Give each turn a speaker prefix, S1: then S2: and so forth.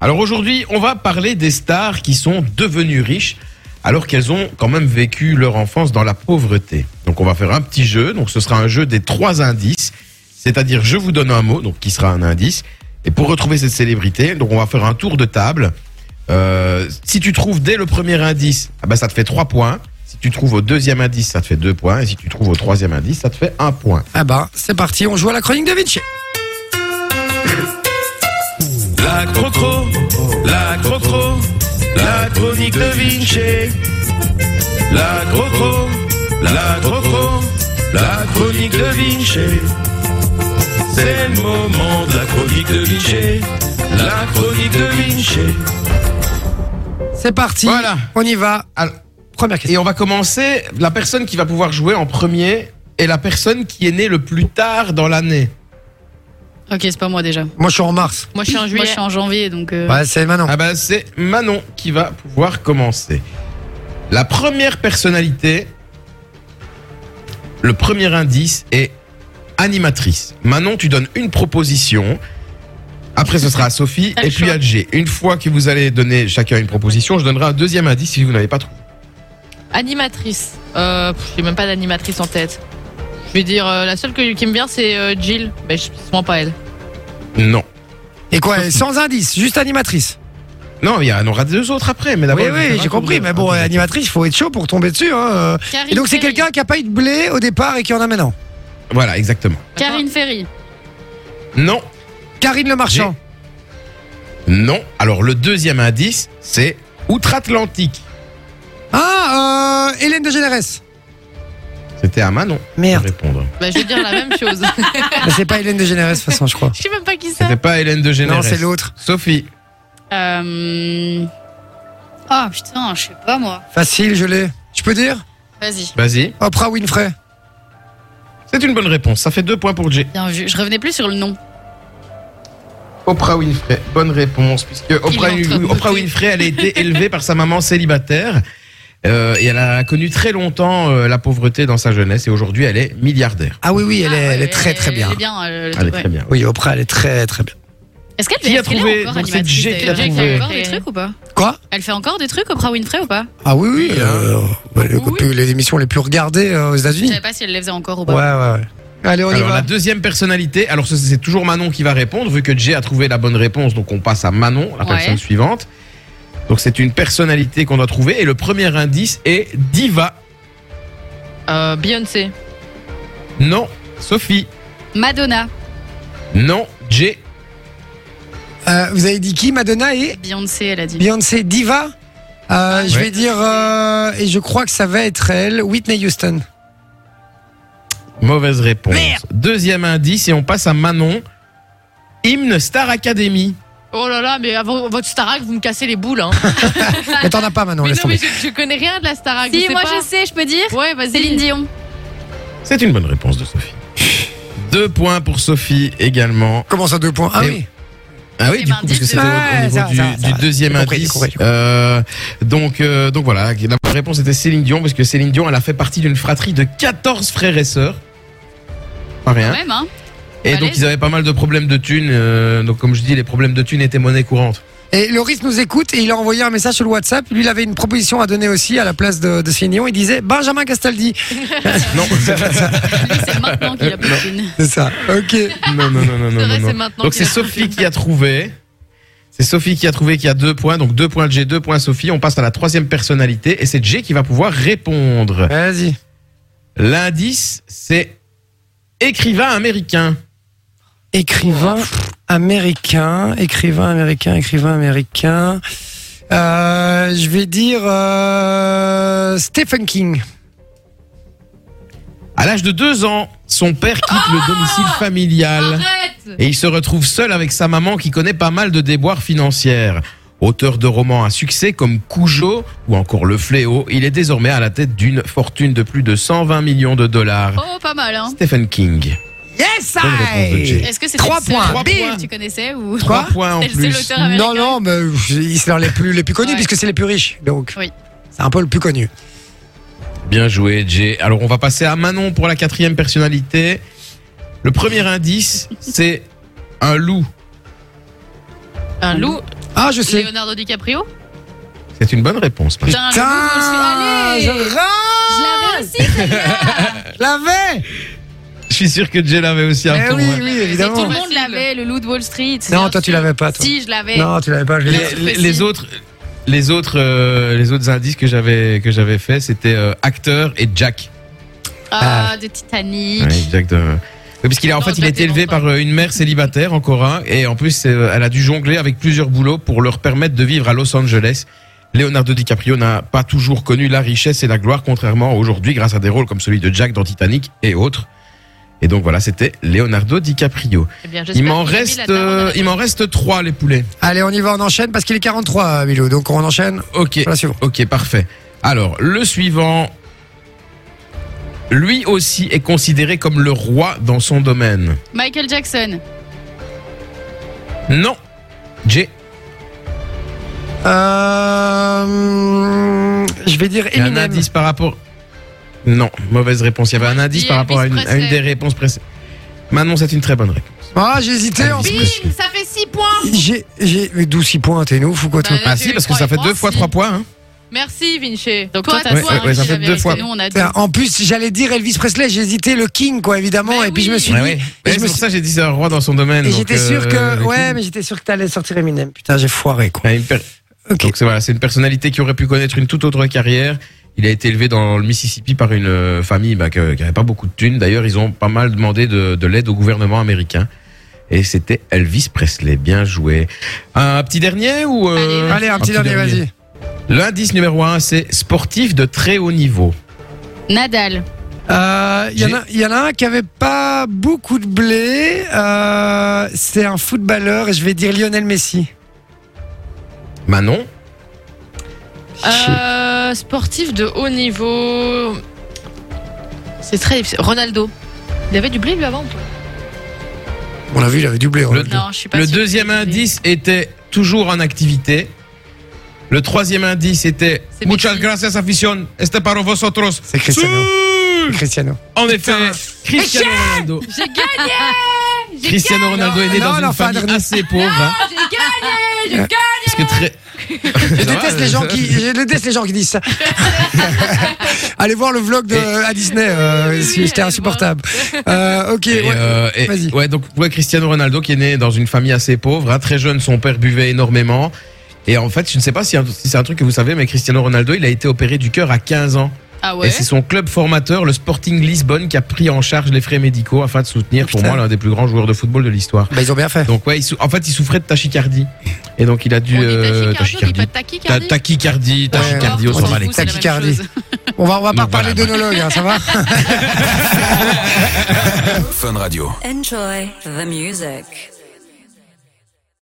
S1: Alors aujourd'hui, on va parler des stars qui sont devenues riches alors qu'elles ont quand même vécu leur enfance dans la pauvreté. Donc on va faire un petit jeu, donc ce sera un jeu des trois indices, c'est-à-dire je vous donne un mot, donc qui sera un indice, et pour retrouver cette célébrité, donc on va faire un tour de table. Euh, si tu trouves dès le premier indice, ah ben ça te fait trois points. Si tu trouves au deuxième indice, ça te fait deux points. Et si tu trouves au troisième indice, ça te fait un point.
S2: Ah bah, c'est parti, on joue à la chronique de Vinci.
S3: La crocro, la crocro, la chronique de Vinci. La crocro, la crocro, la chronique de Vinci. C'est le moment de la chronique de Vinci. La chronique de Vinci.
S2: C'est parti,
S1: Voilà.
S2: on y va.
S1: Alors,
S2: Ah, Première question.
S1: Et on va commencer. La personne qui va pouvoir jouer en premier est la personne qui est née le plus tard dans l'année.
S4: Ok, c'est pas moi déjà.
S2: Moi, je suis en mars.
S4: Moi, je suis en juillet. Moi, je suis en janvier, donc. euh,
S2: Ouais, c'est maintenant.
S1: Ah ben, c'est Manon qui va pouvoir commencer. La première personnalité, le premier indice est animatrice. Manon, tu donnes une proposition. Après, ce sera à Sophie
S4: Elle
S1: et puis
S4: choisit.
S1: à Jay. Une fois que vous allez donner chacun une proposition, je donnerai un deuxième indice si vous n'avez pas trouvé.
S5: Animatrice. Euh, pff, j'ai même pas d'animatrice en tête. Je vais dire, euh, la seule que, qui me vient, c'est euh, Jill. Mais je souvent pas elle.
S1: Non.
S2: Et quoi, euh, sans indice, juste animatrice.
S1: Non, il y en aura deux autres après. Mais d'abord, il
S2: Oui,
S1: y en
S2: oui,
S1: aura
S2: j'ai
S1: pour
S2: compris,
S1: deux.
S2: mais bon, euh, animatrice, il faut être chaud pour tomber dessus. hein, euh.
S4: Karine
S2: Et donc, c'est
S4: Ferry.
S2: quelqu'un qui a pas eu de blé au départ et qui en a maintenant.
S1: Voilà, exactement.
S4: Karine Ferry.
S1: Non.
S2: Karine Le Marchand.
S1: Non. Alors le deuxième indice, c'est outre-Atlantique.
S2: Ah, euh, Hélène de Généresse.
S1: C'était à Manon de
S2: Merde.
S1: répondre.
S5: Bah, je vais dire la même chose.
S2: Mais c'est pas Hélène de Généresse, de toute façon, je crois.
S5: Je sais même pas qui c'est.
S1: C'était pas Hélène de Généresse.
S2: Non, c'est l'autre.
S1: Sophie.
S4: Euh... Oh putain, je sais pas moi.
S2: Facile, je l'ai. Je peux dire
S4: Vas-y.
S1: Vas-y.
S2: Oprah Winfrey.
S1: C'est une bonne réponse. Ça fait deux points pour Jay.
S4: Bien vu. Je revenais plus sur le nom.
S1: Oprah Winfrey. Bonne réponse puisque Oprah,
S5: est en train de
S1: Oprah
S5: noter.
S1: Winfrey, elle a été élevée par sa maman célibataire. Euh, et elle a connu très longtemps euh, la pauvreté dans sa jeunesse et aujourd'hui elle est milliardaire.
S2: Ah oui, oui, elle, est,
S4: Ah,
S2: elle est
S4: ouais,
S2: très très bien.
S4: Elle est bien. euh, le
S1: Elle est
S4: truc,
S1: très
S4: ouais.
S1: bien.
S2: Oui, Oprah, elle est très très bien.
S4: Est-ce qu'elle
S1: Qui a
S4: est-ce qu'elle est
S1: trouvé
S4: encore
S1: Donc, c'est
S4: animatrice,
S1: Jay qui l'a
S4: d'ailleurs
S1: trouvé.
S4: Elle fait encore des trucs ou pas
S2: Quoi
S4: Elle fait encore des trucs Oprah Winfrey ou pas
S2: Ah oui, oui. euh, bah, les,
S4: Oui. Eh,
S2: plus- les émissions les plus regardées euh, aux
S4: Je
S2: États-Unis.
S4: savais pas si elle les faisait encore ou
S2: Ouais, ouais,
S4: pas.
S2: ouais. Allez, on y
S1: Alors la
S2: va.
S1: deuxième personnalité, alors ça, c'est toujours Manon qui va répondre, vu que Jay a trouvé la bonne réponse, donc on passe à Manon, la
S4: Ouais.
S1: personne suivante. Donc c'est une personnalité qu'on doit trouver, et le premier indice est Diva.
S5: Euh, Beyoncé.
S1: Non, Sophie.
S4: Madonna,
S1: Non, Jay.
S2: Euh, vous avez dit qui Madonna et
S4: Beyoncé, elle a dit.
S2: Beyoncé Diva Euh, Je
S1: Ouais.
S2: vais dire, euh, et je crois que ça va être elle, Whitney Houston.
S1: Mauvaise réponse.
S2: Merde.
S1: Deuxième indice, et on passe à Manon. Hymne Star Academy.
S5: Oh là là, mais avant votre Starac, vous me cassez les boules. Hein.
S2: Mais t'en as pas maintenant,
S5: mais
S2: Oh, laisse
S5: non, mais
S2: tomber.
S5: je, je connais rien de la Starac.
S4: Si,
S5: sais
S4: moi
S5: pas.
S4: je sais, je peux dire.
S5: Ouais, vas-y.
S4: Céline Dion.
S1: C'est une bonne réponse de Sophie. Deux points pour Sophie également.
S2: Comment ça, deux points Ah
S1: Et-
S2: oui.
S1: Ah oui,
S4: Et
S1: du
S4: ben,
S1: coup, parce que
S4: dix-
S1: c'était au-
S2: Ouais,
S1: au niveau
S2: ça va,
S1: du,
S2: ça va, Ah, ça
S1: du
S2: va.
S1: deuxième
S2: J'ai compris,
S1: indice.
S2: j'ai compris, j'ai compris.
S1: Euh, donc, euh, donc voilà, la bonne réponse était Céline Dion, parce que Céline Dion, elle a fait partie d'une fratrie de 14 frères et sœurs. Pas
S4: Quand
S1: rien.
S4: même, hein.
S1: Et donc,
S4: balèze.
S1: ils avaient pas mal de problèmes de thunes. euh, donc, comme je dis, les problèmes de thunes étaient monnaie courante.
S2: Et Loris nous écoute et il a envoyé un message sur le WhatsApp. Lui, il avait une proposition à donner aussi à la place de, de Céline Dion. Il disait Benjamin Castaldi.
S1: Non, c'est pas ça.
S4: Lui, c'est maintenant qu'il a plus une.
S2: C'est ça. Ok.
S1: Non, non, non, non, non,
S5: C'est vrai,
S1: non,
S5: c'est
S1: non.
S5: maintenant.
S1: Donc,
S5: qu'il
S1: c'est
S5: a-
S1: Sophie qui a trouvé. C'est Sophie qui a trouvé qui a deux points. Donc, deux points de G, deux points Sophie. On passe à la troisième personnalité. Et c'est G qui va pouvoir répondre.
S2: Vas-y.
S1: L'indice, c'est écrivain américain.
S2: Écrivain américain, écrivain américain, écrivain américain. Euh, je vais dire euh, Stephen King.
S1: À l'âge de deux ans, son père quitte le domicile familial
S5: Ah Arrête
S1: et il se retrouve seul avec sa maman qui connaît pas mal de déboires financières. Auteur de romans à succès comme Cujo ou encore Le Fléau, il est désormais à la tête d'une fortune de plus de 120 millions de dollars.
S4: Oh, pas mal, hein.
S1: Stephen King.
S2: Yes,
S1: Bonne réponse de Jay.
S4: Est-ce que c'est
S2: Trois points.
S1: Trois points.
S4: que tu connaissais ou
S1: Trois points en
S4: C'est le
S1: plus.
S4: seul auteur américain.
S2: Non, non, mais ils sont les plus, les plus connus
S4: Ouais.
S2: puisque c'est les plus riches. Donc,
S4: Oui.
S2: c'est un peu le plus connu.
S1: Bien joué, Jay. Alors, on va passer à Manon pour la quatrième personnalité. Le premier indice, c'est un loup.
S5: Un loup.
S2: Ah, je sais.
S5: Leonardo DiCaprio
S1: C'est une bonne réponse. Marie.
S5: Putain, le Google,
S2: Putain,
S5: je suis- Allez
S2: je rate
S5: Je l'avais aussi, celle-là
S2: Je l'avais
S1: Je suis sûr que Jay l'avait aussi un
S2: Eh
S1: tour,
S2: oui,
S1: hein.
S2: oui,
S5: Mais tout
S2: évidemment.
S5: le monde l'avait, le loup de Wall Street.
S2: Non,
S5: bien
S2: toi, tu
S5: sûr.
S2: l'avais pas, toi.
S5: Si, je l'avais.
S2: Non, tu l'avais pas, je l'ai
S1: Les,
S2: dit.
S1: les- les autres, les autres, euh, les autres indices que j'avais que j'avais fait, c'était euh, acteur et Jack.
S5: Ah, de Titanic.
S1: Ouais, Jack de- Oui, parce qu'il a en
S5: Non,
S1: fait il a
S5: Jack
S1: été
S5: est
S1: élevé
S5: bon,
S1: par euh, une mère célibataire encore un et en plus euh, elle a dû jongler avec plusieurs boulots pour leur permettre de vivre à Los Angeles. Leonardo DiCaprio n'a pas toujours connu la richesse et la gloire contrairement à aujourd'hui grâce à des rôles comme celui de Jack dans Titanic et autres. Et donc voilà, c'était Leonardo DiCaprio.
S5: Eh bien, j'espère
S1: Il m'en
S5: que Jamie
S1: reste,
S5: l'a tellement
S1: euh, il m'en reste trois les poulets.
S2: Allez, on y va, on enchaîne parce qu'il est 43, Milo. Donc on enchaîne.
S1: Ok.
S2: Voilà, suivant.
S1: Ok, parfait. Alors, le suivant, lui aussi est considéré comme le roi dans son domaine.
S4: Michael Jackson.
S1: Non. Jay.
S2: Euh, je vais dire
S1: il y a un
S2: Eminem.
S1: indice par rapport. Non, mauvaise réponse. Il y avait un indice
S4: dis
S1: par rapport à une,
S4: Elvis
S1: à une des
S4: Presley.
S1: réponses précédentes. Manon, c'est une très bonne réponse.
S2: Ah, j'ai hésité. en-
S1: Elvis.
S5: Bim, ça fait 6 points.
S2: J'ai, j'ai, mais 12 6 points, t'es ouf ou quoi, toi
S5: Bah,
S1: Ah
S5: j'ai
S1: si,
S5: eu
S1: parce que
S5: trois
S1: ça
S5: et
S1: fait
S5: trois,
S1: deux fois
S5: si.
S1: trois points. hein.
S5: Merci, Vinci. Donc,
S4: Toi,
S5: toi,
S4: t'as
S5: t'as
S1: ouais,
S5: toi,
S1: ouais, ouais, ça
S5: Vinci,
S1: fait
S5: la
S1: deux
S5: vérité.
S1: fois.
S4: Nous, on a deux.
S2: Putain, Ah, En plus, j'allais dire Elvis Presley, j'ai hésité le King, quoi, évidemment.
S5: Mais
S2: et puis je me
S5: Bah
S2: suis
S5: oui.
S1: Ouais,
S2: dit.
S1: Bah ouais.
S2: Et
S1: Et
S2: je
S1: c'est
S2: me
S1: pour
S2: suis-
S1: ça que j'ai dit c'est un roi dans son domaine.
S2: Et
S1: donc,
S2: j'étais sûr
S1: euh,
S2: que.
S1: le
S2: Ouais,
S1: King.
S2: mais j'étais sûr que t'allais sortir Eminem. Putain, j'ai foiré, quoi.
S1: Ouais, une per-
S2: Ok.
S1: Donc c'est voilà, c'est une personnalité qui aurait pu connaître une toute autre carrière. Il a été élevé dans le Mississippi par une euh, famille bah, que- qui n'avait pas beaucoup de thunes. D'ailleurs, ils ont pas mal demandé de, de l'aide au gouvernement américain. Et c'était Elvis Presley. Bien joué. Un petit dernier ou euh,
S2: Allez, un petit dernier, vas-y.
S1: L'indice numéro un, c'est sportif de très haut niveau.
S4: Nadal.
S2: Euh, Il y en a- il y, en a un qui avait pas beaucoup de blé. euh, c'est un footballeur et je vais dire Lionel Messi.
S1: Manon,
S5: Euh, sportif de haut niveau. C'est très difficile. Ronaldo. Il avait du blé lui avant ou pas
S2: On l'a vu, il avait du blé. hein, Ronaldo.
S5: Non, je suis pas
S1: le
S5: sûre.
S1: deuxième indice était toujours en activité. Le troisième indice était
S5: C'est
S1: Muchas
S5: Messi.
S1: gracias afición. Este para vosotros.
S2: C'est Cristiano.
S1: Sur-
S2: Cristiano.
S1: En effet, Cristiano Ronaldo.
S5: J'ai gagné
S1: Cristiano Ronaldo est né
S2: Non,
S1: dans
S2: non,
S1: une
S2: enfin,
S1: famille
S2: dernier.
S1: assez pauvre. hein,
S5: J'ai gagné J'ai gagné
S1: parce que très.
S2: Je déteste
S1: euh,
S2: les gens qui, je déteste les gens qui disent ça. Allez voir le vlog de, à Disney, euh, si-
S5: oui,
S2: c'était
S5: allez
S2: insupportable. Euh, ok,
S1: Et,
S2: ouais.
S1: euh, et-
S2: Vas-y.
S1: ouais, donc ouais, Cristiano Ronaldo qui est né dans une famille assez pauvre. hein, très jeune, son père buvait énormément. Et en fait, je ne sais pas si, si c'est un truc que vous savez, mais Cristiano Ronaldo, il a été opéré du cœur à 15 ans.
S5: Ah ouais
S1: Et c'est son club formateur, le Sporting Lisbonne, qui a pris en charge les frais médicaux afin de soutenir, pour
S2: Putain.
S1: moi, l'un des plus grands joueurs de football de l'histoire.
S2: Bah, ils ont bien fait.
S1: Donc ouais, il sou- en fait, il souffrait de tachycardie. Et donc il a dû
S5: On dit
S1: euh,
S5: tachycardie, on dit pas
S1: Ta-
S5: tachycardie.
S1: Tachycardie,
S2: Ouais,
S1: tachycardie,
S2: on
S1: autrement
S2: dit
S1: dit.
S2: fou, c'est la même Tachycardie. On va, on va pas
S1: Non, voilà,
S2: parler d'onologue, hein, ça va?
S3: Fun Radio.
S6: Enjoy the music.